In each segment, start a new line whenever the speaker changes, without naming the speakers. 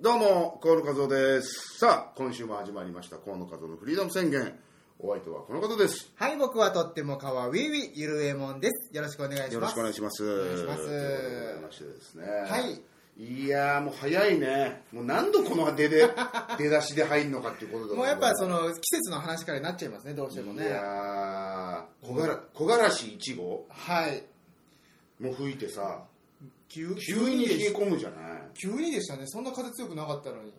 どうも河野和夫ですさあ今週も始まりました河野和夫のフリーダム宣言お相手はこの方です
はい、僕はとってもかわウィウィゆるえもんです。よろしくお願いします。
よろしくお願いします
お願いします
ということでございましてですね
はい
いやーもう早いねもう何度この出 で出だしで入るのかっていうことだ
もうやっぱその季節の話からなっちゃいますね、どうしても
い
ね。
やー木枯ら木枯らし1号
はい。
もう吹いてさ
急
急に冷
で
え
し
込むじゃない
急にでしたね。そんな風強くなかったのに。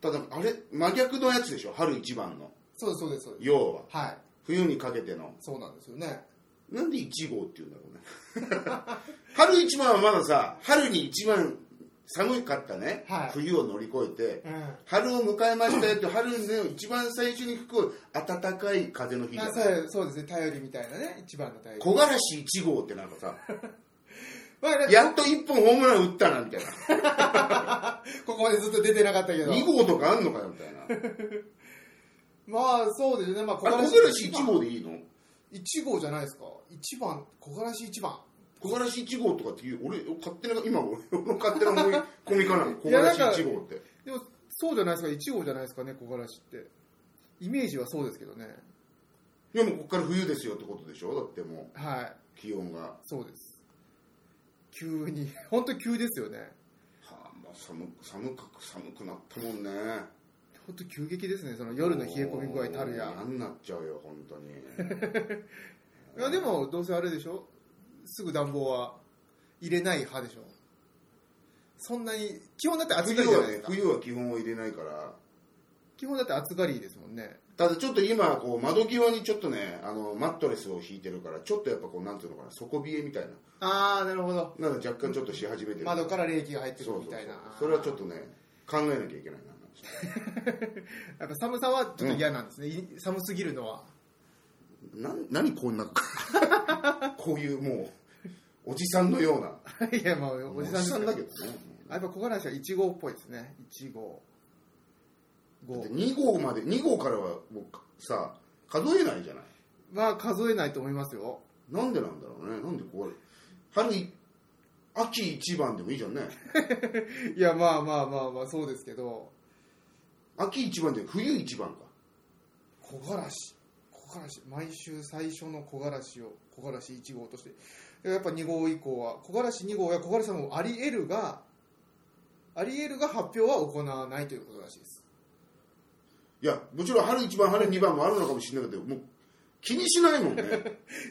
ただあれ真逆のやつでしょ春一番の
そうです、そうです、そうです。
要は
はい。
冬にかけての
そうなんですよね。
なんで1号っていうんだろうね 春一番はまださ春に一番寒かったね、
はい
冬を乗り越えて
うん。
春を迎えましたよって春の一番最初に吹く暖かい風の日じゃ
あ
な
そ
いう
そうですね、頼りみたいなね、一番の頼り。
木枯らし1号ってなんかさ
まあ、
やっと1本ホームラン打ったなみたい
ここまでずっと出てなかったけ
な
ど。
2号とかあんのかよみたいな
まあ、そうですね、まあ、
あれ木枯らし1号でいいの
一号じゃないですか。一番、木枯らし一番。
木枯らし1号とかっていう俺勝手な今俺の勝手な思い込みかな木枯
いや
ら
なん
し
か
1号って
でも、そうじゃないですか、一号じゃないですかね、木枯らしって。イメージはそうですけどね。
いやもうここから冬ですよってことでしょだっても
はい。
う気温が
そうです急に 本当急ですよね
はあ、まあ寒く寒く寒くなったもんね
本当急激ですねその夜の冷え込み具合たるや
もう嫌になっちゃうよ本当 に
いやでもどうせあれでしょすぐ暖房は入れない派でしょそんなに基本だって暑が
冬
りじゃな
はい
で
ね
すか
冬は基本を入れないから
基本だって暑がりですもんね
ただちょっと今こう窓際にちょっとねあのマットレスを敷いてるからちょっとやっぱこうなんていうのかな底冷えみたい
ああなるほど
ななんか若干ちょっとし始めてる
窓からら冷気が入って
そう
く
そうそ
るみ
う
たいな
それはちょっとね考えなきゃいけないな
やっぱ寒さはちょっと嫌なんですね、い寒すぎるのは
なん何こんな こういうもうおじさんのようない
やまあおじさんです
だけどね
あやっぱ木枯らしは1号っぽいですね1号
だって
5
2号まで2号からはもうさ数えないじゃない
まあ数えないと思いますよ
なんでなんだろうねなんでこれ春い秋一番でもいいじゃんね
いやまあまあまあまあそうですけど
秋一番で冬一番か
木枯らし木枯らし毎週最初の木枯らしを木枯らし1号としてやっぱ2号以降は木枯らし2号や木枯らし3号ありえるがありえるが発表は行わないということらしいです
いやもちろん春一番春二番もあるのかもしれないけどもう気にしないもんね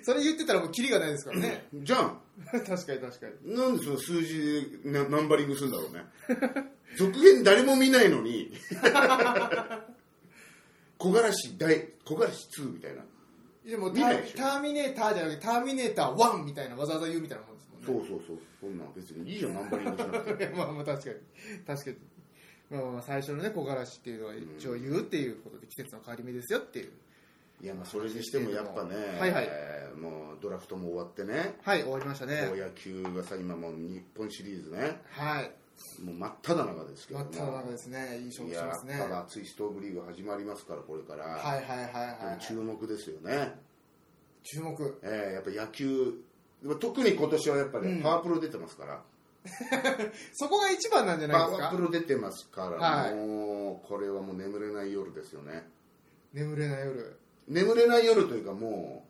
それ言ってたらもうキリがないですからね
じゃん
確かに確かに
なんでその数字なナンバリングするんだろうね続編誰も見ないのに木枯らし大木枯らし2みたいな
でも
見
タ
ないでしょ
ターミネーターじゃなくてターミネーター1みたいなわざわざ言うみたいなもんですもんね
そうそうそうそんなん別にいいじゃんナンバリングしなくて
いやまあまあ確かに確かに、まあ、まあまあ最初のね木枯らしっていうのは一応言うっていうことで季節の変わり目ですよっていう
いやまあそれにしてもやっぱね、
はいはい
えーもうドラフトも終わってね、
はい終わりましたね
こう野球がさ、今もう日本シリーズね、
はい
もう真っ只中ですけ
真
ど
っ
も、
只中ですねいい勝負しますね
いやただ
は
熱いストーブリーグ始まりますから、これから、
いはいはいはい、はい、
注目ですよね、
注目
えーやっぱ野球、まあ特に今年はやっぱり、
うん
パワープロ出てますから、
そこが一番なんじゃな
パ
いです
ワー
か
プロ出てますから、
はい
もうこれはもう眠れない夜ですよね、
眠れない夜
眠れない夜というか、もう、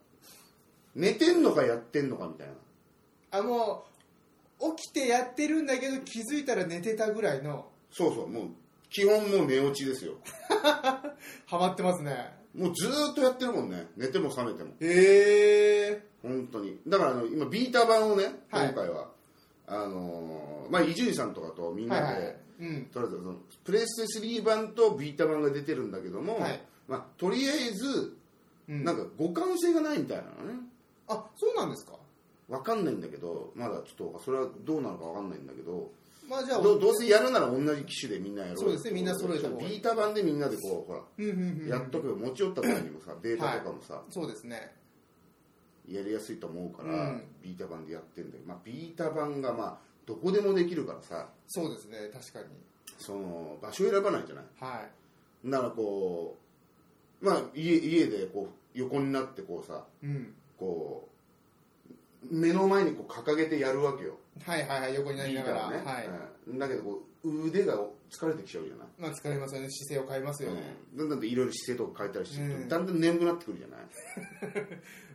寝てんのかやってんのかみたいな。
あもう起きてやってるんだけど気づいたら寝てたぐらいの
そうそう、もう、基本もう寝落ちですよ。
ハマってますね
もうずーっとやってるもんね。寝ても覚めても。
へえ
本当に。だからあの、今、ビーター版をね、
はい
今回は、あのーまあ、伊集院さんとかとみんな
は
で、
いはいうん
とりあえずその、プレステ3版とビーター版が出てるんだけども、
はい
まあ、とりあえず、
うん
なんか互換性がないみたいなのね。
あそうなんですか
わかんないんだけど、まだちょっと、それはどうなのかわかんないんだけど、
まあじゃあ
どうどうせやるなら同じ機種でみんなやろう
そうですねみんな揃えた方がいい
ビーター版でみんなでこう、ほら、
うんうんうん
やっとくよ持ち寄った時にもさデータとかもさ、
そうですね
やりやすいと思うから、
うん
ビータ版でやってんだけど、まあ、ビータ版がまあどこでもできるからさ
そうですね確かに
その場所選ばないじゃない
はい
ならこうまあ家家でこう横になってこうさ
うん
こう目の前にこう掲げてやるわけよ
はいはいはい横になりながら、
リーダー
はい、
うんだけどこう腕が疲れてきちゃうじゃない
まあ疲れますよね姿勢を変えますよね、
うんだんだんいろいろ姿勢とか変えたりしてると、
うん
だんだん眠くなってくるじゃない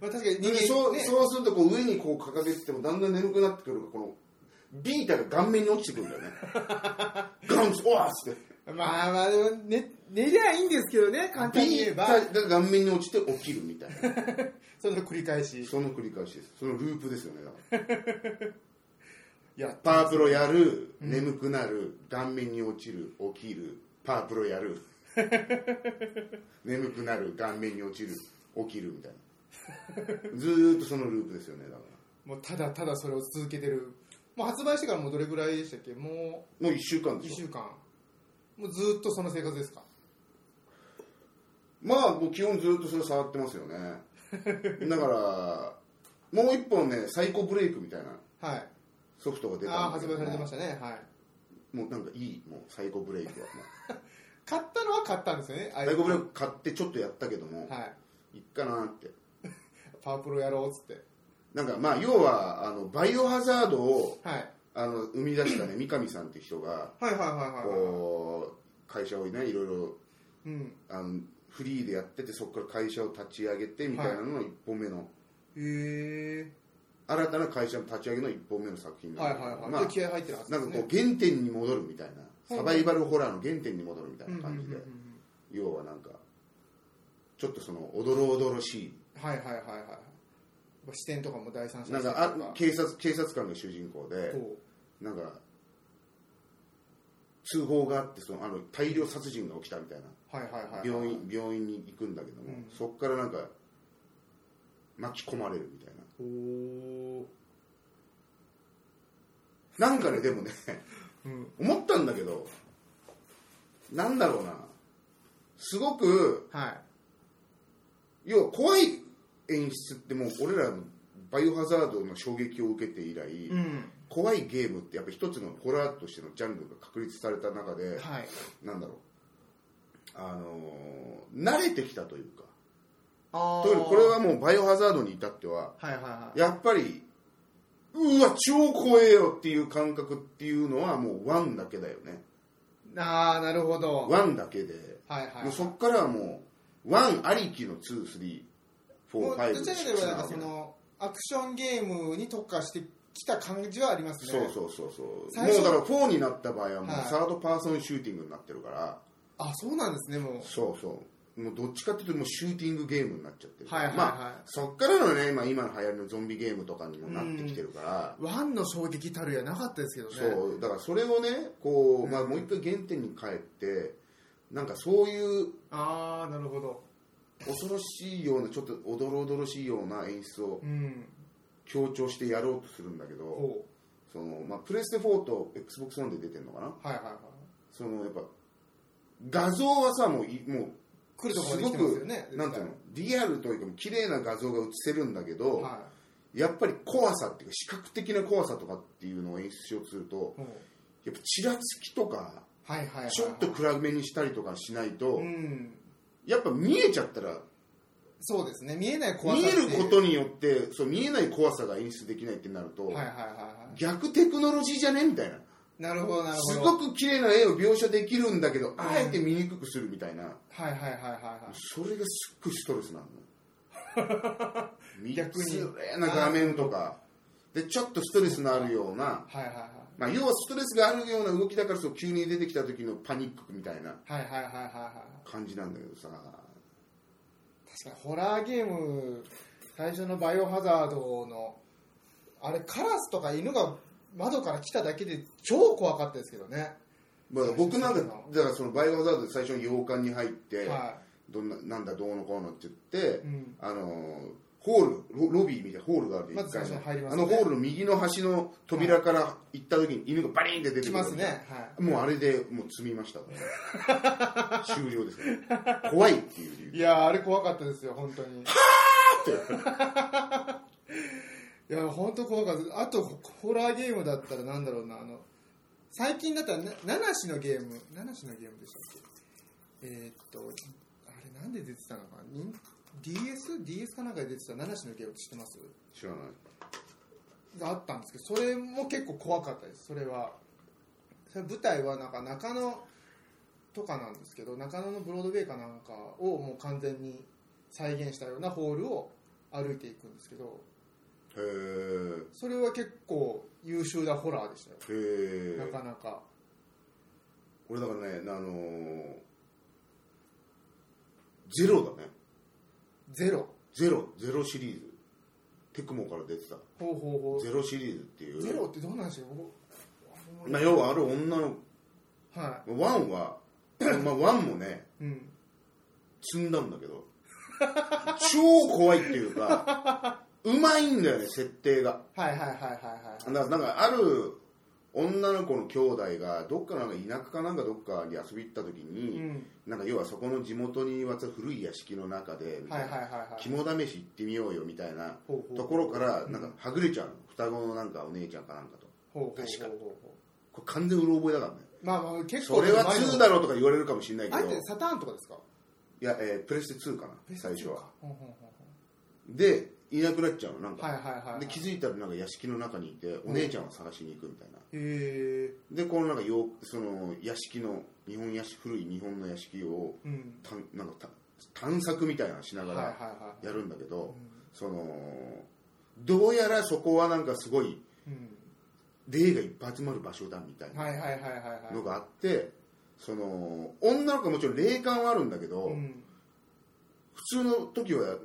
まあ確かに人
で
間
そう
ね
そうするとこう上にこう掲げててもだんだん眠くなってくるからこのビータが顔面に落ちてくるんだよね ガンスおわっつって
まあまあでも、ね、寝りゃいいんですけどね簡単に
ビ
言え
ー
ば
タが顔面に落ちて起きるみたいな
その繰り返し
その繰り返しですそのループですよねだから
やっ
パ
た
ープロやる眠くなる顔面に落ちる起きるパープロや る眠くなる顔面に落ちる起きるみたいなずーっとそのループですよねだから
もうただただそれを続けてるもう発売してからもうどれぐらいでしたっけも
もう1週間
う
で
1
しょ
週間もうずっとその生活ですか
まあもう基本ずっとそれ触ってますよね だからもう一本ねサイコブレイクみたいな
はい
ソフトが出たん
ああ
だけ
発
ど
売されてましたねはい
もうなんかいいもうサイコブレイクはもう
買ったのは買ったんですよねあ
サイコブレイク買ってちょっとやったけども、
はい
い、っかなって
パープロやろうっつって
なんかまあ要はあのバイオハザードを
はい
あの生み出した ね三上さんって人が
はいはいはいはいは
こう会社をねいろいろ
いうん
あのフリーでやっててそこから会社を立ち上げてみたいなのが1本目の、
へえ
新たな会社の立ち上げの1本目の作品なん
はい
だ
は
け
い
ど
はい、
まあ
で気合入ってるはず
な
で
ん
す
か
ね
こう原点に戻るみたいな、
い
サバイバルホラーの原点に戻るみたい
うんう
なん
うんうん
感じで、
うん
要はなんかちょっとそのおどろおどろし
はいはいはいはいやっぱ視点とかも第三者
いなんか
視点と
あ警察警察官が主人公で
こ
なんか通報があってそのあの大量殺人が起きたみたいな
うはいはいはいはい
病院病院に行くんだけども、
うん
そこからなんか巻き込まれるみたい
おお
ななんかねでもね
うん
思ったんだけどなんだろうなすごく
はい
要は怖い演出ってもう俺らのバイオハザードの衝撃を受けて以来、
うん
怖いゲームってやっぱ一つのホラーとしてのジャンルが確立された中で
はい
なんだろうあのー慣れてきたというか
あー
というよりこれはもうバイオハザードに至っては
はいはいはい
やっぱりうわ超怖えよっていう感覚っていうのはもうワンだけだよね
ああなるほど
ワンだけで、
はいはい
もうそっからはもうワンありきのツースリーフォー
もう
ファイ
ど
ブ
ちらかといえばなんかそのアクションゲームに特化してきた感じはありますね
そうそうそうそう
最初
もうだから4になった場合はもう
はい
サードパーソンシューティングになってるから、
あそうなんですねも
そうそうもうどっちかっていうともうシューティングゲームになっちゃってる
はいはいはい
まあ、そっからのね、まあ、今の流行りのゾンビゲームとかにもなってきてるから、
うワンの衝撃たるやなかったですけどね
そうだからそれをねこう、まあ、もう一回原点に帰ってなんかそういう
ああなるほど
恐ろしいようなちょっとおどろおどろしいような演出を
うん
強調してやろうとするんだけど
ほ
その、まあ、プレステ4と XBOX1 で出てるのかな
うはいはいはい
そのやっぱ画像はさもういも
来
う
るところ
す
で
ご
来てますよ
く
ね
なんていうのリアルというか綺麗な画像が映せるんだけど、
は
やっぱり怖さっていうか視覚的な怖さとかっていうのを演出しようとすると
いほう
やっぱちらつきとか
はいはいはいはい
ちょっと暗めにしたりとかしないと
うん
やっぱ見えちゃったら
そうですね見えない怖さ
見
って
え
い
る
う
ことによってそう見えない怖さが演出できないってなると
はいはいはいは
逆テクノロジーじゃねみたいな
いなるほどなるほ
す
ど
ごく綺麗な絵を描写できるんだけどあえて見にくくするみたいな
はいはいはいはいはい
それがすっごいストレスなの 見
逆に
つれな画面とかでちょっとストレスのあるような
はいはいはい
まあ、要はストレスがあるような動きだからそう急に出てきた時のパニックみたいな
はいはいはいはいはい
感じなんだけどさ
確かにホラーゲーム最初の「バイオハザードの」あれカラスとか犬が窓から来ただけで超怖かったですけどね、
まあ
そう
僕なんか
そうそう
だからそのバイオハザードで最初に洋館に入って、
は
どんななんだどうのこうのって言って、
い、うん、
あのーホールロロビーみたいなホールがある
まず最初に入りま
あ
す
の
よね
ホールの右の端の扉から行った時に犬がバリーンって出てく
来
る
ますねは
もうあれでもう積みました から終了ですから怖いっていう理由
いいやーあれ怖かったですよ本当にいや本当怖かったですあとホラーゲームだったらなんだろうなあの最近だったらなナナシのゲームナナシのゲームでしたっけえーっとあれなんで出てたのか DS?DS かなんかで出てたナナシのゲームって知ってます
知らない
があったんですけどそれも結構怖かったですそれはそれ舞台はなんか中野とかなんですけど中野のブロードウェイかなんかをもう完全に再現したようなホールを歩いていくんですけど
へえ
それは結構優秀なホラーでしたよ
へ
な
え
かなか
俺だからねあのーゼロだね
ゼロ
ゼロゼロシリーズテクモから出てた
ほうほうほ
ゼロシリーズっていう
うゼロってどうなんでしょう僕
まあ、要はある女の
は
ワンはまあワンもね
いうん
積んだんだけど超怖いっていうかうまいんだよね設定が
はいはいはいはいは
だ
い
からなんかある女の子の兄弟がどっかなんか田舎かなんかどっかに遊び行った時
う
に、
ん
なんか要はそこの地元にわたる古い屋敷の中でみた
はいい
な
はいはいはい
肝試し行ってみようよみたいな
ほうほう
ところからなんかはぐれちゃうの双子のなんかお姉ちゃんかなんかと
ほうほうほう
確か
ほうほ
これ完全うろ覚えだからね
うまあまあ結構
それは2だ
ろ
ろうとか言われるかもしれないけ
あ
ど
えてサターンとかですか
いや、えープレステ2かな最初は
ほうほうほうほ
でいなくなっちゃうのなん
う
か、
はいはいはいはい
で気づいたらなんか屋敷の中にいてお姉ちゃんを探しに行くみたいな、
へえ
でこのなんかようその屋敷の日本屋敷古い日本の屋敷を
うん
たんなんかた探索みたいなのしな
は
が
いはい
ら
はい
やるんだけど、
うん
そのどうやらそこはなんかすごい
うん
霊がいっぱい集まる場所だみたいな
はいはいはいはいはい
のがあってその女の子はもちろん霊感はあるんだけど、
うん
普通の時は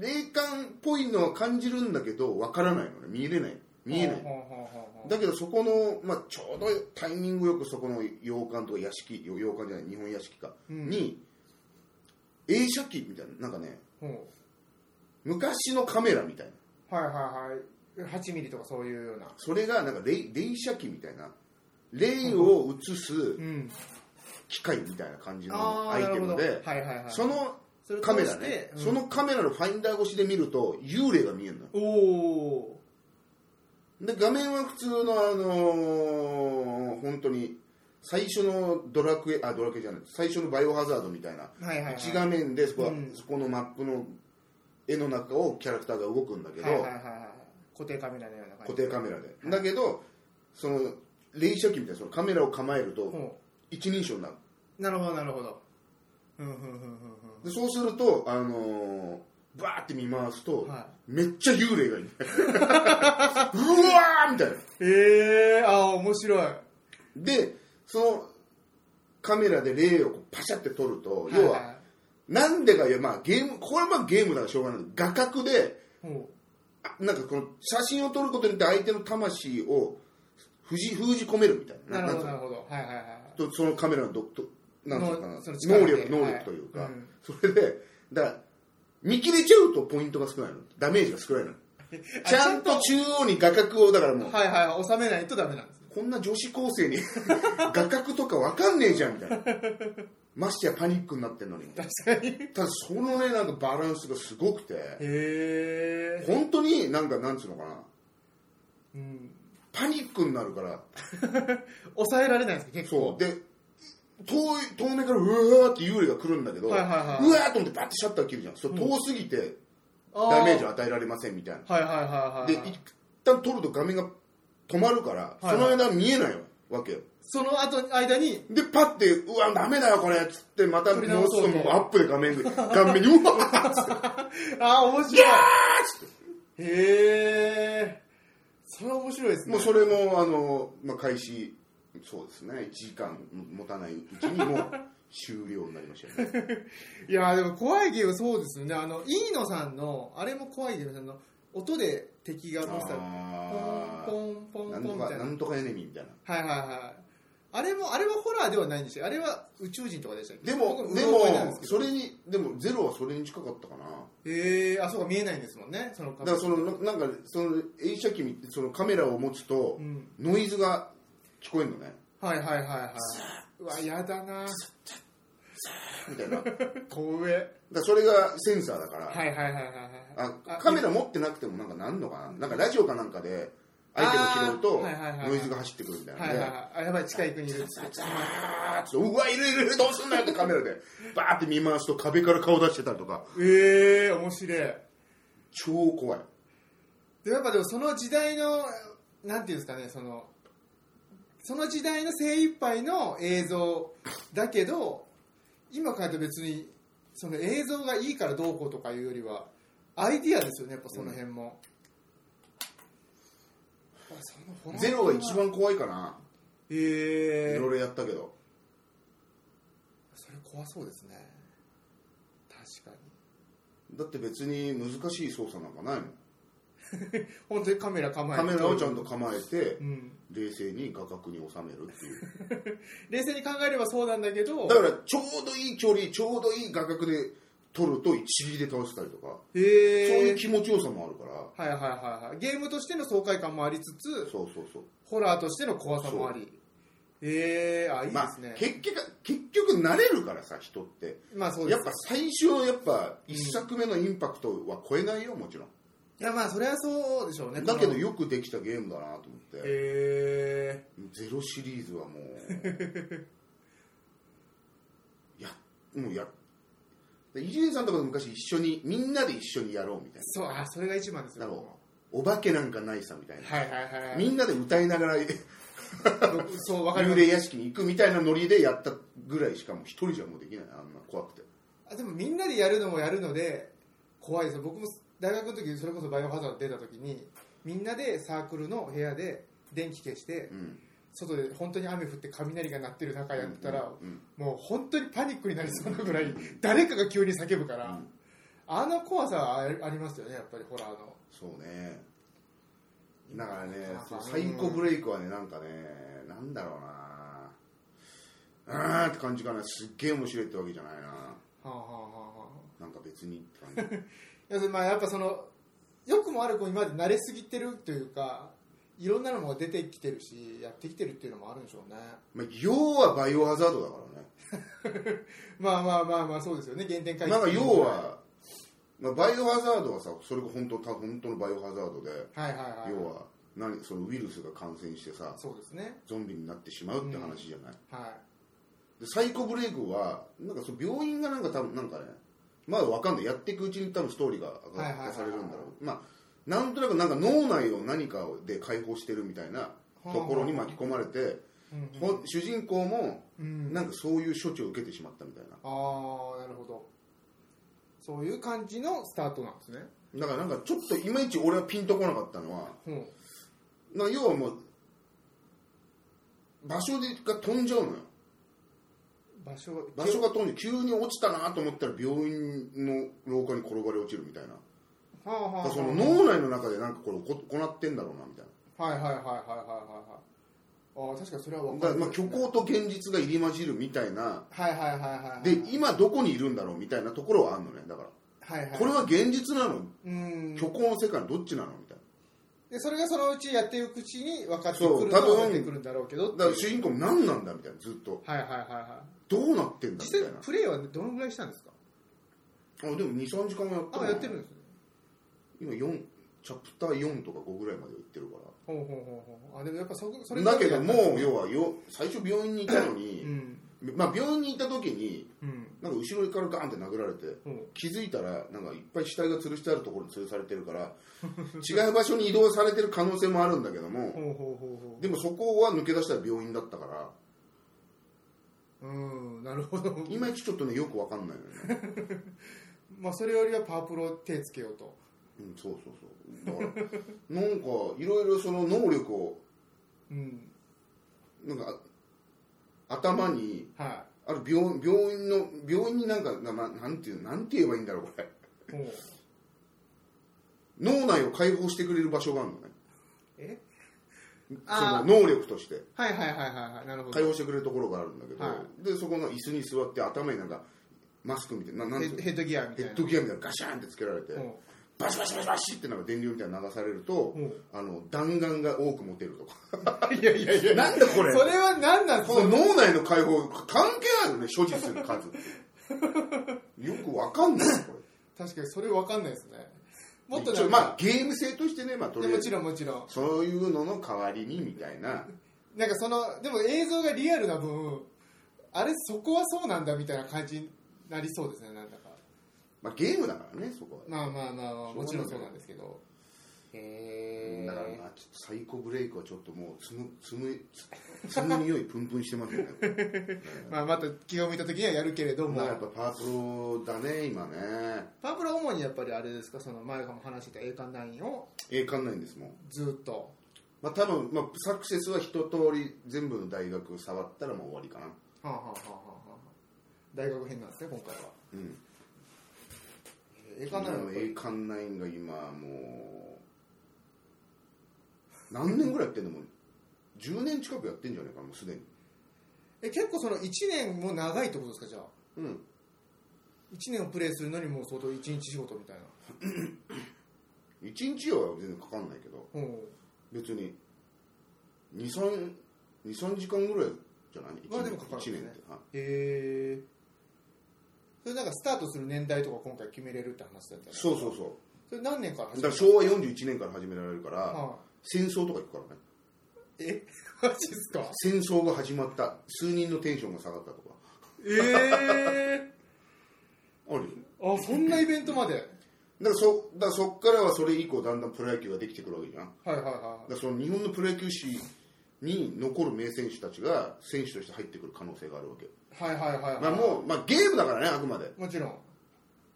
霊感っぽいのは感じるんだけどわからないのね見えれない見えない
ほうほうほうほうほう
だけどそこの、まあ、ちょうどタイミングよくそこの洋館とか屋敷洋洋館じゃない日本屋敷か、
うん
に映写機みたいななんかね
ほ
昔のカメラみたいな
うはいはいはい8ミリとかそういうような
それがなんか霊霊写機みたいな霊を映す
うん
機械みたいな感じ
あ
の
あ
アイ
な
テ
るほ
ム
ど
で、
はいはいはい
その
それを通
カメラ
し
ね
て、うん
そのカメラのファインダー越しで見ると幽霊が見えるのよ
おお
で画面は普通のあのー本当に最初のドラクエあドラクエじゃない最初のバイオハザードみたいな
はいはいはい
一画面でそこは、
うん
そこのマップの絵の中をキャラクターが動くんだけど、
はいはいはいはい固定カメラのような感
固
じ
定カメラで、だけどその連射機みたいなそのカメラを構えると
ほ
一人称になる
うなるほどなるほどうんうんうんうん
でそうするとあのーバーって見回すと、
うんはい
めっちゃ幽 霊がいるうわーみたいな
ええああ面白い
でそのカメラで霊をこうパシャって撮ると、
い
要はなんでかいや、まあ、ゲームこれはまあゲームだからしょうがない画角で
いほ
あなんかこの写真を撮ることによって相手の魂を封じ封じ込めるみたいうな
なるほど
ん
な
か
るほどはいはいはい
とそのカメラの独特なんていうかな
のその力
能
で
力能
は
力
い
というか、
うん
それでだから見切れちゃうとポイントが少ないのダメージが少 ないのちゃんと中央に画角をだからもう
はいはいはい収めないとダメなんですね
こんな女子高生に 画角とかわかんねえじゃん みたいなましてやパニックになってんのに
確かに
ただそのねなんかバランスがすごくて
へえ、
本当になんかなんつうのかな
うん、
パニックになるから
抑えられないんですか結
そう
構
で遠い遠目からうわーって幽霊が来るんだけど、
はいはいはいう
わーと思ってバッてシャッター切るじゃんそれ遠すぎて
あ
ダメージを与えられませんみたいな
はいはいはい
で
はい、はい、
一旦撮ると画面が止まるから
いはい
その間見えないわけよ
その後間に
でパッて「うわダメだよこれ」っつってまた
撮
もう
り
ちょっ
直そう
と
と
もうアップで画面で画面に「うわーっつって
ああ面白いへえそれは面白いですね
もうそれもあの、まあ、開始そうですね1時間持たないうちにもう終了になりました よね
いやーでも怖いゲームそうですよねあの飯野さんのあれも怖いゲームさんの音で敵がモンスター
あ
ポンポ
ー
ンポ
な
ン
ん
ポ
と
ンみ
か
たいな
なんとかエネミーみたいな
はいはいはいあれもあれはホラーではないんですよあれは宇宙人とかでしたっけ
でも
僕
で
うろ覚えなん
も
ですけど
それにでもゼロはそれに近かったかな
へえー、あそうか見えないんですもんねその
だからそのななんかその映写機みそのカメラを持つと
うん
ノイズが聞こえるのね
はいはいはいはいうわやだな
みたいな だか
怖え
らそれがセンサーだから、
はいはいはいはいはい
あ
あ
カメラ持ってなくてもなんかなんのかななんかラジオかなんかで相手を拾うと
あーはいはいはいはい
ノイズが走ってくるみたいな
はい
ね
はいはいあやばい近い国いる
あーっつってうわいるいるいるどうすんだよってカメラでバーって見回すと壁から顔出してたりとか
ええー、面白い
超怖い
でもやっぱでもその時代のなんていうんですかねそのその時代の精一杯の映像だけど今からと別にその映像がいいからどうこうとかいうよりはアイディアですよねやっぱその辺も、やっぱそのホラー
ゼロが一番怖いかな
え
い
え
ろいろやったけど
それ怖そうですね確かに
だって別に難しい操作なんかないもん
本当にカメラ構え
カ
て
メラをちゃんと構えて
うん、
冷静に画角に収めるっていう
冷静に考えればそうなんだけど
だからちょうどいい距離ちょうどいい画角で撮ると一撃で倒したりとか
へ
そういう
え
気持ちよさもあるから
はいはいはいはいゲームとしての爽快感もありつつ
そうそうそう
ホラーとしての怖さもありええあいいで
まあ
すね、
結局結局慣れるからさ人って
まあ、そうで
や
す
っぱ最初のやっぱ一作目のインパクトは超えないよもちろん
いやまあそれはそうでしょうね
だけど
この
よくできたゲームだなと思って
へ
ゼロシリーズはも うやもうやで伊集院さんとかと昔一緒にみんなで一緒にやろうみた
え
い
そうあそれが一番です
な
よ
なんかお化けなんかないさみたいな
はいはいはい
みんなで歌いながら
そうわかりま
幽
す
霊屋敷に行くみたいなノリでやったぐらいしかもう一人じゃもうできないあんな怖くて
あでもみんなでやるのもやるので怖いですよ僕も大学の時それこそバイオハザード出た時にみんなでサークルの部屋で電気消して
うん
外で本当に雨降って雷が鳴ってる中やってたら、
うんうん
もう本当にパニックになりそうなぐらい誰かが急に叫ぶから、
うん
あの怖さはありありますよねやっぱりホラーの
そうねだからね
なかなか
そのサイコブレイクはねなんかねなんだろうなあーって感じかなすっげえ面白いってわけじゃないな
はあはあはあはあ
なんか別にって 感じ
要するにまあやっぱその良くも悪くも今まで慣れすぎてるというかいろんなのも出てきてるしやってきてるっていうのもあるんでしょうね
まあ要はバイオハザードだからね
まあまあまあまあそうですよね原点回帰
なんか要は、まあ、バイオハザードはさそれが本当た本当のバイオハザードで
はいはいはい
要は何そのウイルスが感染してさ
そうですね
ゾンビになってしまうって話じゃない、
は
でサイコブレイクはなんかその病院がなんか多分なんかねまだわかんないやっていくうちに多分ストーリーが明
はいはいはい
かされるんだろうまあなんとなくなんか脳内を何かで解放してるみたいなところに巻き込まれて、
いうん
ほん主人公も
うん、
なんかそういう処置を受けてしまったみたいな
ああなるほどそういう感じのスタートなんですね
だからなんかちょっといまいち俺はピンとこなかったのは
うん
なんか要はもう場所でが飛んじゃうのよ
場所
場所が飛んで急に落ちたなと思ったら病院の廊下に転がり落ちるみたいな
はあ
だか
はあはあ
らその脳内の中でなんかこれこ行ってんだろうなみたい
はいはいはいはいはいはいああ確かにそれは
な
分
だ
か
から
る
まあ虚構と現実が入り混じるみたいな
はいはいはいはいはい
で今どこにいるんだろうみたいなところはあるのねだか
はいはい
らこれは現実なの
うん
虚構の世界のどっちなのみたい
でそれがそのうちやっていくうちに分かってくる
そう
のは
多分
分かってくるんだろうけどって
なだ
い
か
う
ら主人公何なんだみたいなずっと
はいはいはいは
どうなってん
い
だみた
実
い
際プレイはどのぐらいしたんですか
なあでも23時間はやった
あ
な
やってるんですね
今4チャプター4とか5ぐらいまで行ってるから
ほうほうほうほうあでもやっぱそそれ
だけども
う
う要はよ最初病院にいたの
う
に、
ん
まあ、病院にいた時に
うん
なんか後ろからガンって殴られて
うん
気づいたらなんかいっぱい死体が吊るしてあるところに吊るされてるから 違う場所に移動されてる可能性もあるんだけども
ほうほうほうほ
でもそこは抜け出したら病院だったから
ううんなるほど
いまいちちょっとねよくわかんないのよね、
まあそれよりはパワープロ手つけようと
うん、そうそうそうだからなんかいろいろその能力を
うん
なんかあ頭に
は
ある病病院の病院になんかなななんていうなんて言えばいいんだろうこれ
いほう
脳内を解放してくれる場所があるのね
え
その
あ
能力として
はいはいはいはいはいなるほ
解
ど
放してくれるところがあるんだけど、
は
でそこの椅子に座って頭になんかマスクみたいななん
ヘ
ていう
ッ
の
ヘッドギアみ
ヘ
たいな
ッドギアみたいなのガシャンってつけられて、
ほ
バシバシバシバシってなんか電流みたいなの流されると、
うん
あの弾丸が多く持てるとか
う いやいやいや
なんだこれ
それは何なんです
こ
か
の脳内の解放関係あるね所持す る数ってよくわかんないこ
確かにそれ分かんないですね
れ
もっと
一
な
応
ん
まあ
か
ゲーム性としてね、まあ、と
で
りあえ
もち
ず
ろんもちろん
そういうのの代わりにみたいな
なんかそのでも映像がリアルな分あれそこはそうなんだみたいな感じになりそうですねなんだか
まあゲームだからねそこは
まあまあまあまあもちろんそうなんですけど
へえ
だからまあちょっとサイコブレイクはちょっともうつむつむつ む匂いプンプンしてますよね
まあ、また気を向いた時にはやるけれども、
まあやっぱパープロだね今ね
パープロは主にやっぱりあれですかその前も話してた栄冠9を
ええかんないんですもん
ずっと
まあ多分、まあ、サクセスは一通り全部の大学触ったらもう終わりかな
はあはあはあはあはあ大学編なんですね今回は
うん
栄冠9はやっぱり
栄冠ナインが今もう何年ぐらいやってんのもう10年近くやってんじゃないかなもうすでに
え結構その1年も長いってことですかじゃあ
うん
1年をプレイするのにもう相当1日仕事みたいな
1日は全然かかんないけど
うん
別に23 23時間ぐらいじゃない
まあでも
一
かかる
一
ん
年
で
っ
す
て
ね
はい
へえそれなんかスタートする年代とか今回決めれるって話だったよね
そうそうそ
それ何年から
う
始
だか
め
ら
た
昭和41年から始められるから
は
戦争とか行くからね
い、えマジですか
戦争が始まった数人のテンションが下がったとか
ええ
あるよ
あそんなイベントまで
だからそだからそっからはそれ以降だんだんプロ野球ができてくるわけじゃん
はいはいは
だからその日本のプロ野球史に残る名選手たちが選手として入ってくる可能性があるわけよ、
いはいはいはいはい
まあ、もう、まあ、ゲームだからねあくまで
もちろん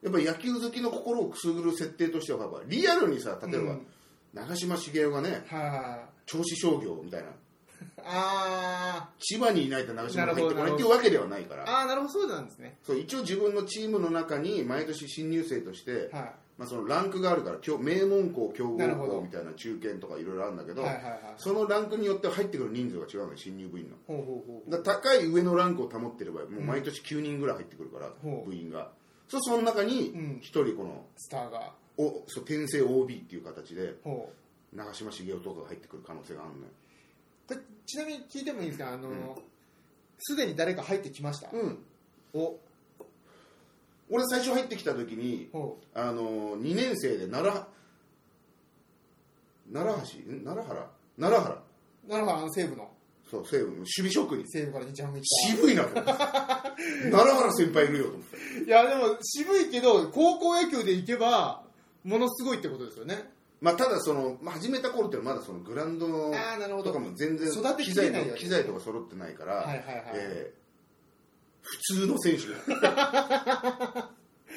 やっぱり野球好きの心をくすぐる設定としてはやっぱリアルにさ例えば
うん
長嶋茂雄がね
はいはいはい
銚子商業みたいな
あ
千葉にいないと長嶋が入ってこ
なるほどな
ない
る
って
ほど
いうわけではないか
ー
ら
あーなるほどそうなんですね
そう一応自分のチームの中に毎年新入生として、
は
まあ、そのランクがあるから強名門校強豪
なるほ
校
ど
みたいな中堅とかいろいろあるんだけ
い
ど、
はいはいはい
そのランクによって入ってくる人数が違うのよ新入部員の。
ほうほうほう
だから高い上のランクを保ってればもう毎年9人ぐらい入ってくるから、
ほう
部員がそうその中に
うん
1人この、
スターが
おそう転生 OB っていう形で
ほう
長嶋茂雄とかが入ってくる可能性があるの
これちなみに聞いてもいいですかあのすで、に誰か入ってきました、
よ、うん、
お
俺最初入ってきた時に
ほう
あの2年生で奈良奈良橋ん奈良原奈良原
なるほどあの西武の
そう西武の守備職人
西武から日ハム行っ
渋いなと思って 奈良原先輩いるよと思って
たいやでも渋いけど高校野球で行けばものすごいってことですよね
まあただそのまあ始めた頃ってまだそのグラウンドの
ああなるほど
とかも全然
育て
機
き
材
れないよ
と
ね
機材とか揃ってないから、
はいはいはい
えー普通の選 手が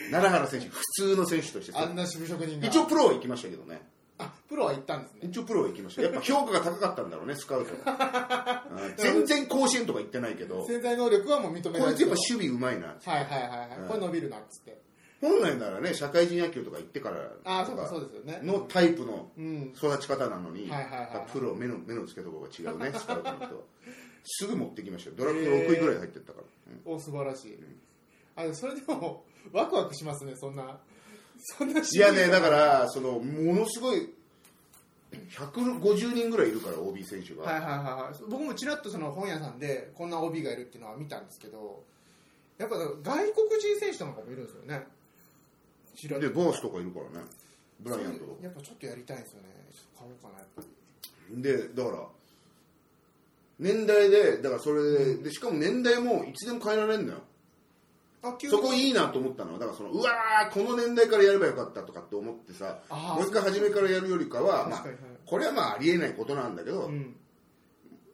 奈良原選手普通の選手として
あんな渋職人が
一応プロは行きましたけどね
あプロは行ったんですね
一応プロは行きましたやっぱ評価が高かったんだろうねスカウトはうん全然甲子園とか行ってないけど
潜在能力はもう認め
こ
られ
いつや
て
っぱ
る
守備うまいな
はいはいはいはい、
うん
これ伸びるなっつって
本来ならね社会人野球とか行ってから
ああそ
と
うか
か
そうですよね
のタイプの
うん
育ち方なのに、
はいはいはいはい
やっぱプロ目の目の付けどころが違うねスカウトの 人はすぐ持ってきましたよドラフト6位ぐらい入ってったから、うん
お素晴らしい、あそれでもワクワクしますねそんなそんない
やね、だから、そのものすごい、150人ぐらいいるから、OB 選手が、
はいはいはいはい僕もちらっとその本屋さんでこんな OB がいるっていうのは見たんですけどやっぱ外国人選手とかもいるんですよね知ら
で、ボースとかいるからね、ブライアントとか
やっぱちょっとやりたいんですよね買おうかなやっぱり
で、だから、年代で、だからそれで、でしかも年代もいつでも変えられるのよ、
あ急に
そこいいなと思ったのは、だからその、うわー、この年代からやればよかったとかって思ってさ、
あー
もう一回初めからやるよりかは、ま
確
あ
かにはい、
これはまあ、ありえないことなんだけど、
うん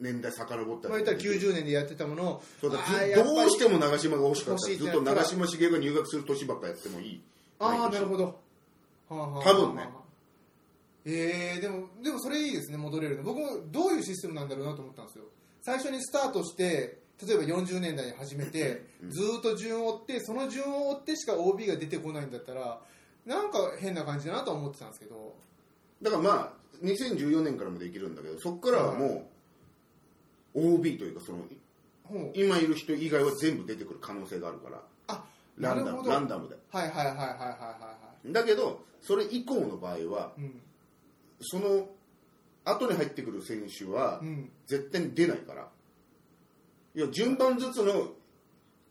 年代遡った
まあ言
り
ったら90年でやってたものを
そうだ
あ
ず
ーやっぱり
どうしても長嶋が欲しかったら
欲しいって
ず
な
っ
った
と
ら
長嶋茂雄が入学する年ばっかやってもいい
ああなる
ど
ほど、はあはあはあ
多分ね
えー、でもでもそれいいですね戻れるの僕もどういうシステムなんだろうなと思ったんですよ最初にスタートして例えば40年代に始めて、ずーっと順を追ってその順を追ってしか OB が出てこないんだったらなんか変な感じだなとは思ってたんですけど
だからまあ2014年からもできるんだけどそこからはもう OB というかその
ほう
今いる人以外は全部出てくる可能性があるから
あ
ラ
な
ン
る
ダ
ほ
ム
ど
ラ
はい
ンダムで
はいはいはいはいはいは
だけどそれ以降の場合はい
うん
その後に入ってくる選手は
うん
絶対に出ないからいや順番ずつの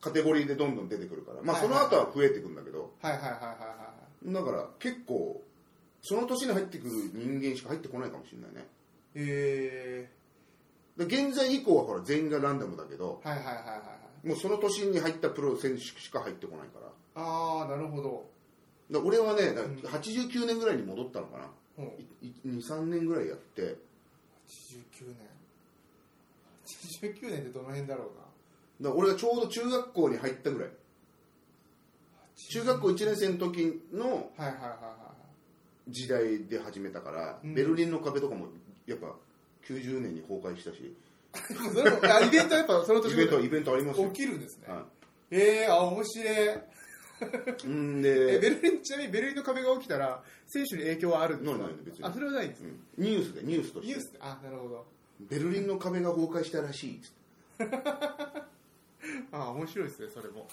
カテゴリーでどんどん出てくるからまあ
はい
そ
はい
の後は増えてくんだけど、
はいはいはいはいは
だから結構その年に入ってくる人間しか入ってこないかもしれないね
いえ
で現在以降はほら全員がランダムだけど
ー、はいはいはいはいはい
もうその年に入ったプロ選手しか入ってこないから
ああなるほど
だから俺はねだから89年ぐらいに戻ったのかな、
ほう
いい23年ぐらいやって
89年89年ってどの辺だろうな
だから俺がちょうど中学校に入ったぐらい中学校1年生の時の
はいはいはいはい
時代で始めたから、
うん
ベルリンの壁とかもやっぱ90年に崩壊したし
はいそれもあイベントやっぱその年
イ
ぐ
ベン
ら
ト
い
イベントありますよ
起きるんですね
は
えー、あ面白い
い、ん
え
で
ベルリンちなみにベルリンの壁が起きたら選手に影響はあるんですか
ないない別に
あそれはないんです
うんニュースでニュースと
ニ
し
ュー
て
スあなるほど
ベルリンの壁が崩壊したらしいっつっ
あ面白いですねそれも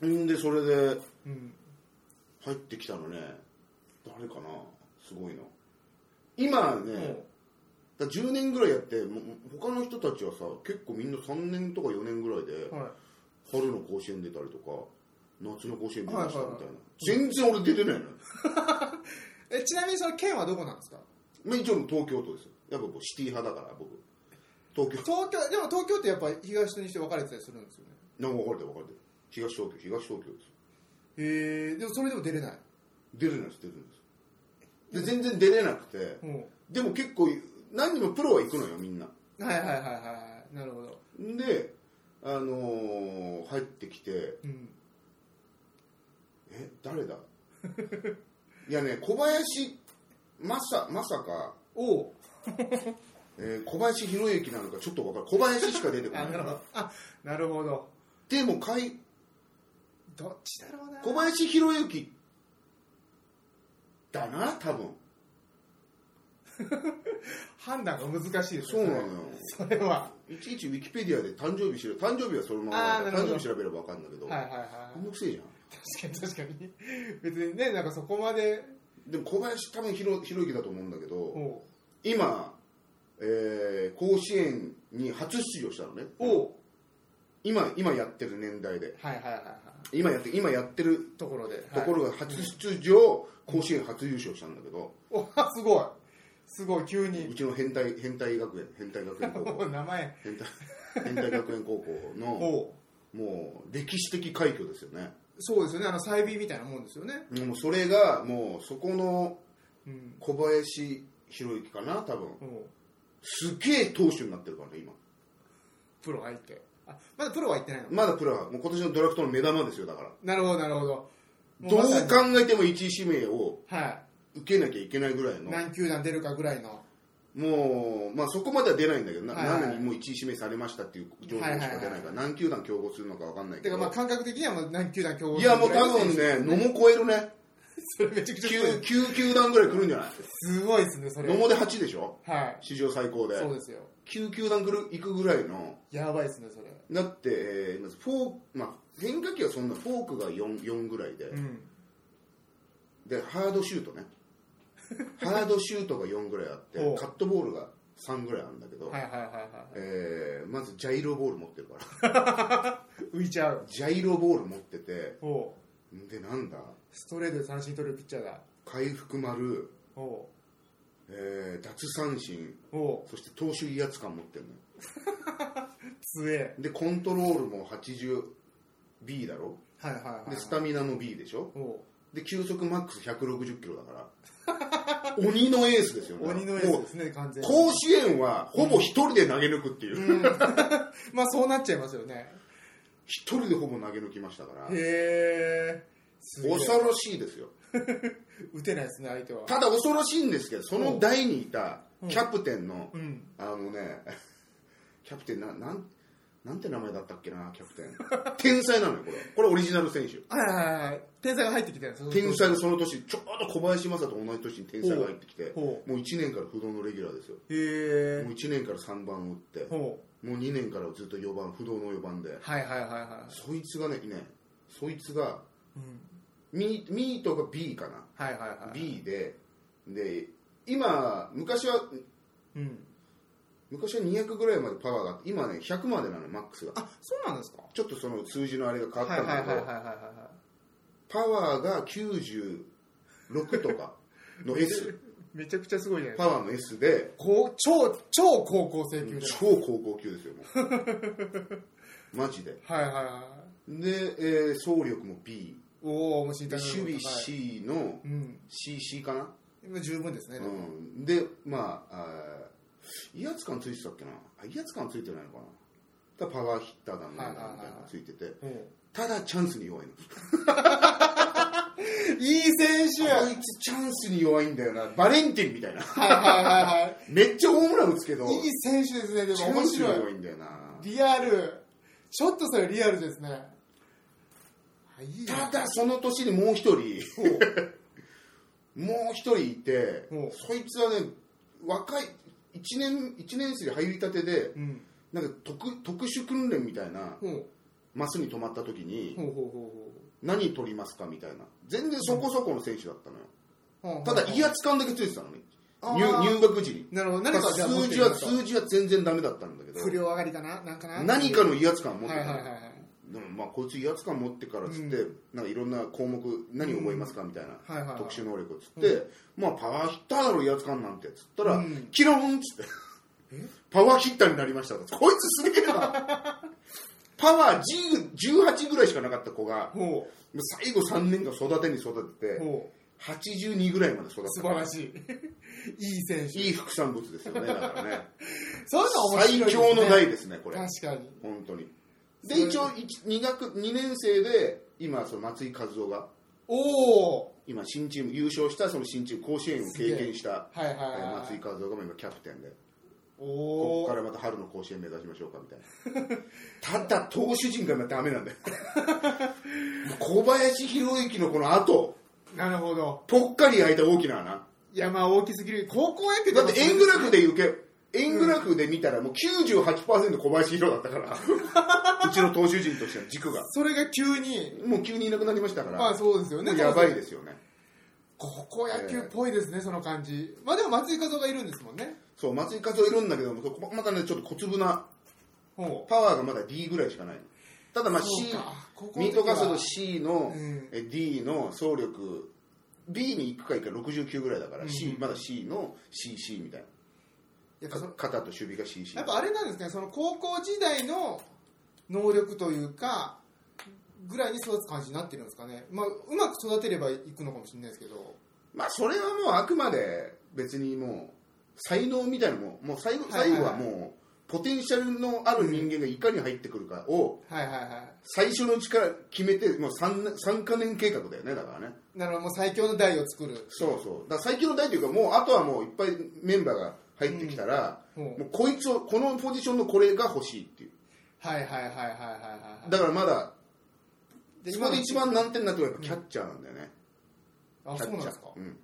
てんでそれで
うん
入ってきたのね誰かなすごいの今ね、
も
だから10年ぐらいやってもう他の人たちはさ結構みんな3年とか4年ぐらいで
うはい
春の甲子園出たりとか夏の甲子園出ましたみたいな、
はいはいは
全然俺出てないのよ、
えちなみにその県はどこなんですか
まあ、一応東京都ですよやっぱこうシティ派だから僕東京
東京でも東京ってやっぱ東と西で分かれてたりするんですよね
なんか分かれてる分かれてる東東京東東京ですよ
へえでもそれでも出れない
出れないです出れないですで全然出れなくて
も
でも結構何人もプロは行くのよみんな
うはいはいはいはいはいなるほど
であのー入ってきて
うん
え誰 だいやね小林まさまさか、
おう
えー小林弘之なのかちょっと分かる小林しか出てこな
あ
い
なるほどあなるほど
でもかい
どっちだろうな
小林弘之だな多分
判断が難しいです
そう
ね
なのよ
それはい
ちいちウィキペディアで誕生日調べ誕生日はそのまま
あーなるほ
誕
ど
生日調べれば分かるんだけど、
はいはいはい
めんどくせえじゃん
確かに確かに別にねなんかそこまで
でも小林多分弘弘之だと思うんだけど
おう
今、えー甲子園に初出場したのね
おう
今今やってる年代で
はいはいはいは
今やって今やってる
いところで
ところが初出場、甲子園初優勝したんだけど、
おあすごいすごい急
う
に
ちの変態変態学園変態学園高
お
校
名前
変態変態学園高校の
おう
もう歴史的快挙ですよね
そうですよねあのサイビーみたいなもんですよね
もうそれがもうそこの
うん
小林弘之かな多分
おう
すげえ投手になってるからね今
プロ入ってあまだプロは行ってないの
まだプロはもう今年のドラフトの目玉ですよだから
なるほどなるほども
どう
ま
考
さに
えても1位指名を
は
受けなきゃいけないぐらい
い
の
何球団出るかぐらいの
もう、まあ、そこまでは出ないんだけど、な
はいはい
なのにもう1位指名されましたっていう情報しか出
は
ないい
はい
から、何球団競合するのか分かんないけ
てか
ど、
まあ感覚的にはもう何球団競合
いや、もう多分ね、野茂超える ね、
それめちゃくちゃ強い
9, 9球団ぐらい来るんじゃない
すごいですねそれ
野茂で8でしょ、
はい
史上最高で、
そうですよ
9球団ぐる行くぐらいの、
やばいですねそれ
だって、えーまずフォーク、まあ、変化球はそんな、フォークが 4, 4ぐらいで、
うん
で、ハードシュー トね、ハードシュートが4ぐらいあって
おう、
カットボールが3ぐらいあるんだけど、
はいはいはいはいは
えーまずジャイロボール持ってるから。
い浮いちゃう
ジャイロボール持ってて、
おうん
で、なんだ、
ストレートで三振取れるピッチャーだ
回復丸、
お
えー奪三振、
うおう
そして投手威圧感持ってるのよ
強え
で、コントロールも 80B だろ、
はいはいはいはい
で、スタミナも B でしょ、
おう
で、球速マックス160キロだから、 鬼のエースですよね、
鬼のエース
も
ですね完
う
全に
甲子園はほぼ一人で投げ抜くっていう、
うんまあそうなっちゃいますよね
一人でほぼ投げ抜きましたから、
へえすげえ
恐ろしいですよ、
打てないですね相手は
ただ恐ろしいんですけど、その台にいたキャプテンの、
うん
あのね、 キャプテンな、なん、なんて名前だったっけな、キャプテン。天才なのよ、これ。これオリジナル選手。
はいはいはいはい天才が入ってきたよその
天才のその年、ちょうど小林正と同じ年に天才が入ってきて、も
ほ
う1年から不動のレギュラーですよ。
へえ
もう1年から3番を打って、
ほう
もう2年からずっと4番、不動の4番で、
はいはいはいは
そいつがね、ねそいつが、
い、うん、
ミーミートが B かな。
はいはいはい
B で、で、今、昔は、
うん、
昔は200ぐらいまでパワーがあって、今ね、100までなのよ、マックスが。
あそうなんですか
ちょっとその数字のあれが変わ
は
っ
い
た
は
ん
いはい
だ
はいは
け
い
ど、パワーが96とか の S
いめちゃくちゃすごいじゃないです
パ
か
ワーの S で
こう超超高校生級じゃ
超高校級ですよも うマジで
ないはいはいはい
で、えー走力も B
おおもう身
で
体能力も高い
守備 C の
うん
CC かな
今十分ですね、
うん、でまああー威圧感ついてたっけなあ威圧感ついてないのかなだからパワーヒッターだなんだみたいなのついててただチャンスに弱いの
いい選手や
あいつチャンスに弱いんだよなバレンティンみたいな
はいはいはいはい
めっちゃホームラン打つけど
いい選手ですね、で
チ
も
ャ
面
ンスに
白い。
弱いんだよな
リアル。ちょっとそれリアルですね。あいいな
ただその年にもう一人
そう
もう一人いて
うん
そいつはね若い1年一年生入りたてで
うん。
なんか特特殊訓練みたいな
ほう
マスに止まった時に
ほうほう
何取りますかみたいな全然そこそこの選手だったのよ
ほうほう。
ただ威
や
圧感だけついてたのね
あー
入入学時に
なるほど、
だ
何
か
からじゃあ
数字
持
は
ってるんですか
数字は全然ダメだったんだけど
不良上がりかななんかな
何か
は
の威圧感を持
い
っ
は
て
い
た
はい
の
はい。
でもまあこいつ威圧感持ってからっつって、なんかいろんな項目何思いますかみたいな、
はいはいはい
特殊能力っつって、まあパワーヒッターだろ威圧感なんてっつったら、
うん
キロンっつって
え
パワーヒッターになりましたってこいつすげえな パワー10 18ぐらいしかなかった子が
ほ
もう最後3年間育てに育て
う。
て
ほう。
82ぐらいまで育った
素晴らしい。 いい選手。
いい副産物ですよねだから ね
そういうの面
最
白いですね。
強の代ですねこれ
確かに。
本当に
そ
で
れ
一応一二学二年生で今その松井和夫が
おお。
今新チーム優勝したその新チーム甲子園を経験した
はいは
え
い
ー
は
松井
い。
和夫が今キャプテンでこ
お
こか
お。
らまた春の甲子園目指しましょうかみたい なただ投手陣が今ダメなんだよ もう小林弘之のこの後
なるほど。
ぽっかり開いた大きな穴
いや、まあ大きすぎる。高校野球
だって円グラ
フ
フで言うけ円グラフで見たらもう98%小林弘だったから うちの投手陣としての軸が
それが急に、
もう急にいなくなりましたから、
まあそうですよね。
もうやばい
す。
ですよね
高校野球っぽいですね、その感じ。まあでも松井和夫がいるんですもんね。
そう松井和夫いるんだけどもこまたねちょっと小粒な
ほう。
パワーがまだ D ぐらいしかないのただまあ C
そうか高校の
ミ
時は
ートガスの C の、
うん
え D の走力 B に行くか行くか69ぐらいだから、
うん
C まだ C の CC みたい
やっぱ
な
そ
か
の
肩と守備が CC
やっぱあれなんですね、その高校時代の能力というか、ぐらいに育つ感じになってるんですかね。まあ、うまく育てればいくのかもしれないですけど。
まあそれはもうあくまで別にもう才能みたいなもんもう最後
はいはい
最後はもうポテンシャルのある人間がいかに入ってくるかを
はいはいは
最初のうちから決めてもう 3, 3か年計画だよねだからね
い。なるほど、もう最強の台を作る。
そうそうだから最強の代というかもうあとはもういっぱいメンバーが入ってきたら、
うんほう
もうこいつをこのポジションのこれが欲しいっていう
はいはいはいはいはいはい。
だからまだ
で
そこで一番難点になってるのはやっぱキャッチャーなんだよね、
あ、
キャ
そう
ッ
なん
チャー
ですか。
うん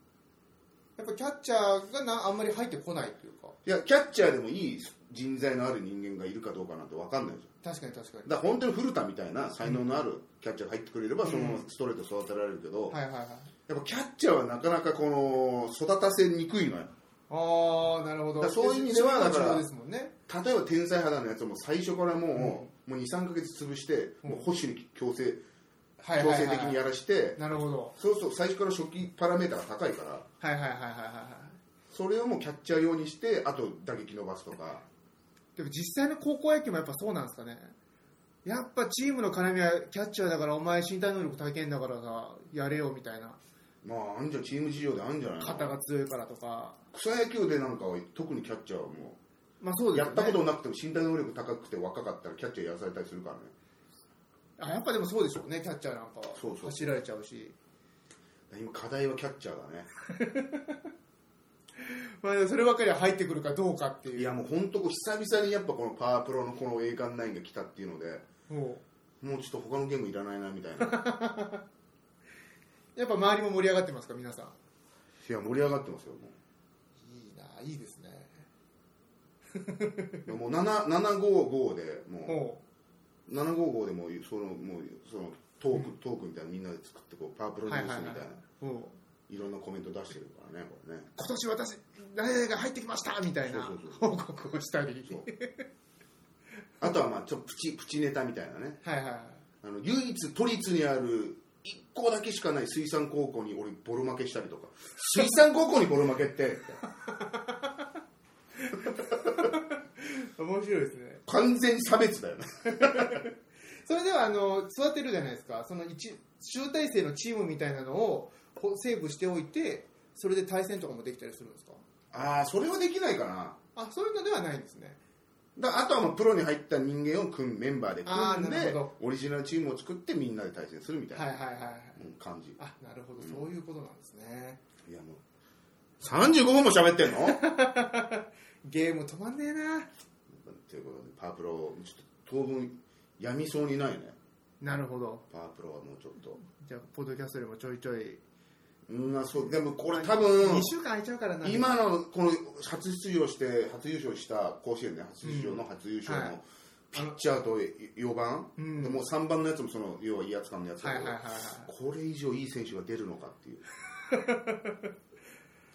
やっぱキャッチャーがなあんまり入ってこないというか。
いやキャッチャーでもいい人材のある人間がいるかどうかなんて分かんないじゃん
確かに確かに。
だから本当に古田みたいな才能のあるキャッチャーが入ってくれればそのままストレート育てられるけど、
はいはいはい。
やっぱキャッチャーはなかなかこの育たせにくいのよ
ああ、なるほ
だから
ど。
そういう意味では
そういう
だ
の
か
が重要
ら
ですもんね。
例えば天才肌のやつはもう最初からもう,、もう23か月潰して、もう保守に強制
はいは
強
いはい
制的にやらして、
なるほど。
そうそう最初から初期パラメーターが高いから
はいはいはいはいはいはい。
それをもうキャッチャー用にしてあと打撃伸ばすとか
でも実際の高校野球もやっぱそうなんですかね。やっぱチームの絡みはキャッチャーだからお前身体能力高いんだからさ、やれよみたいな。
まああんじゃチーム事情であんじゃないの
肩が強いからとか。
草野球でなんかは特にキャッチャーはも
まあそう
う
で
や
すよ
っ
ね。
たことなくても身体能力高くて若かったらキャッチャーやらされたりするからね
あ、やっぱでもそうでしょうね、キャッチャーなんかは。
そうそう
走られちゃうし。
今課題はキャッチャーだね
まあそればっかりは入ってくるかどうかっていう。
いやもう本当久々にやっぱこのパワープロのこの栄冠ナインが来たっていうので
も
もうちょっと他のゲームいらないなみたい な
うやっぱ周りも盛り上がってますか、皆さん。
いや盛り上がってますよも
いいな、いいですね。
うもう7 755でも
も
う755でもうそのもうそのトーク、トークみたいなのみんなで作ってこうパワープ
う、
ロニュースみたいな、い
い。もう
ろんなコメント出してるからねこれね
今年私、誰々が入ってきましたみたいな
そうそうそ
報告をしたり。
そうあとはまあちょっとプチプチネタみたいなね
はいはいはい。
あの唯一都立にある1校だけしかない水産高校に俺ボロ負けしたりとか水産高校にボロ負けって
面白いですね。
完全に差別だよね
それでは、あの、育てるじゃないですか。その一、集大成のチームみたいなのを、こうセーブしておいて、それで対戦とかもできたりするんですか
ああそれはできないかな
あそういうのではないんですね
だあとはもうプロに入った人間を組むメンバーで
あ
組
ー
ん
な
で
るほど
オリジナルチームを作ってみんなで対戦するみたいな
はいはいはいはい
うん感じ
あなるほどそういうことなんですね
いやもう35分も喋ってんの
ゲーム止まんねえな
ということでパワープロちょっと当分やみそうにないね
なるほど
パワープロはもうちょっと
じゃあポッドキャストでもちょいちょい
うんあそうでもこれ多
2
分
週間空いちゃうからな
今のこの初出場して初優勝した甲子園で初出場の初優勝
うんは
のピッチャーと4番、
うん
でもう3番のやつもその要は威圧感のやつ
はい
だけ
はい
ど、
はいはい
これ以上いい選手が出るのかっていう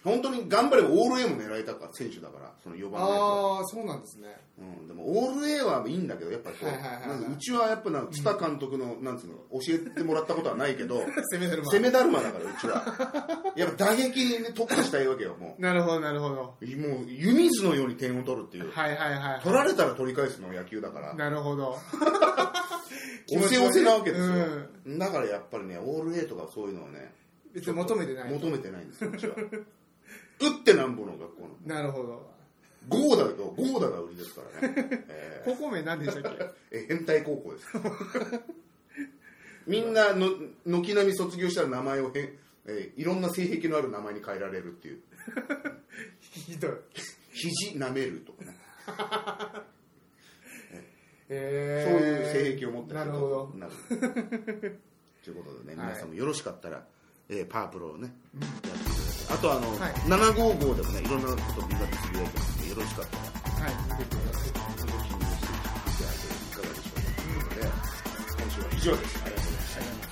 本当に頑張ればオール A も狙えたか選手だからその4番のやつは
ああそうなんですね
うん、でもオール A はいいんだけどやっぱこう、
はいはいはいはい
なんかうちはやっぱなんか津田監督の、なんつうの教えてもらったことはないけ ど
攻めてる
攻めだるまだからうちはやっぱ打撃に、ね、特化したいわけよも
なるほどなるほど
うもう湯水のように点を取るっていう
はいはい はい
取られたら取り返すのが野球だから
なるほど
押せ押せなわけですよ、
う
だからやっぱりねオール A とかそういうのをね
別に求めてない
求めてないんですようちは 打ってなんぼの学校の
なるほど
ゴーダとゴーダが売りですから ね、えー
高校名何でしたっけ
え変態高校ですみんなの軒並み卒業したら名前を変、えーいろんな性癖のある名前に変えられるっていう
ひどい
肘舐めるとかね、
え
そういう性癖を持って
なるほど
なるということでね、
はい
皆さんもよろしかったら、えーパープロをね、やってくださいあとあの、
はい
755でもねいろんなことみんなでつぶやいてますんでよろしかったら
はい
見てください続きをしていただいていかがでしょうかということで今週は以上ですありがとうございました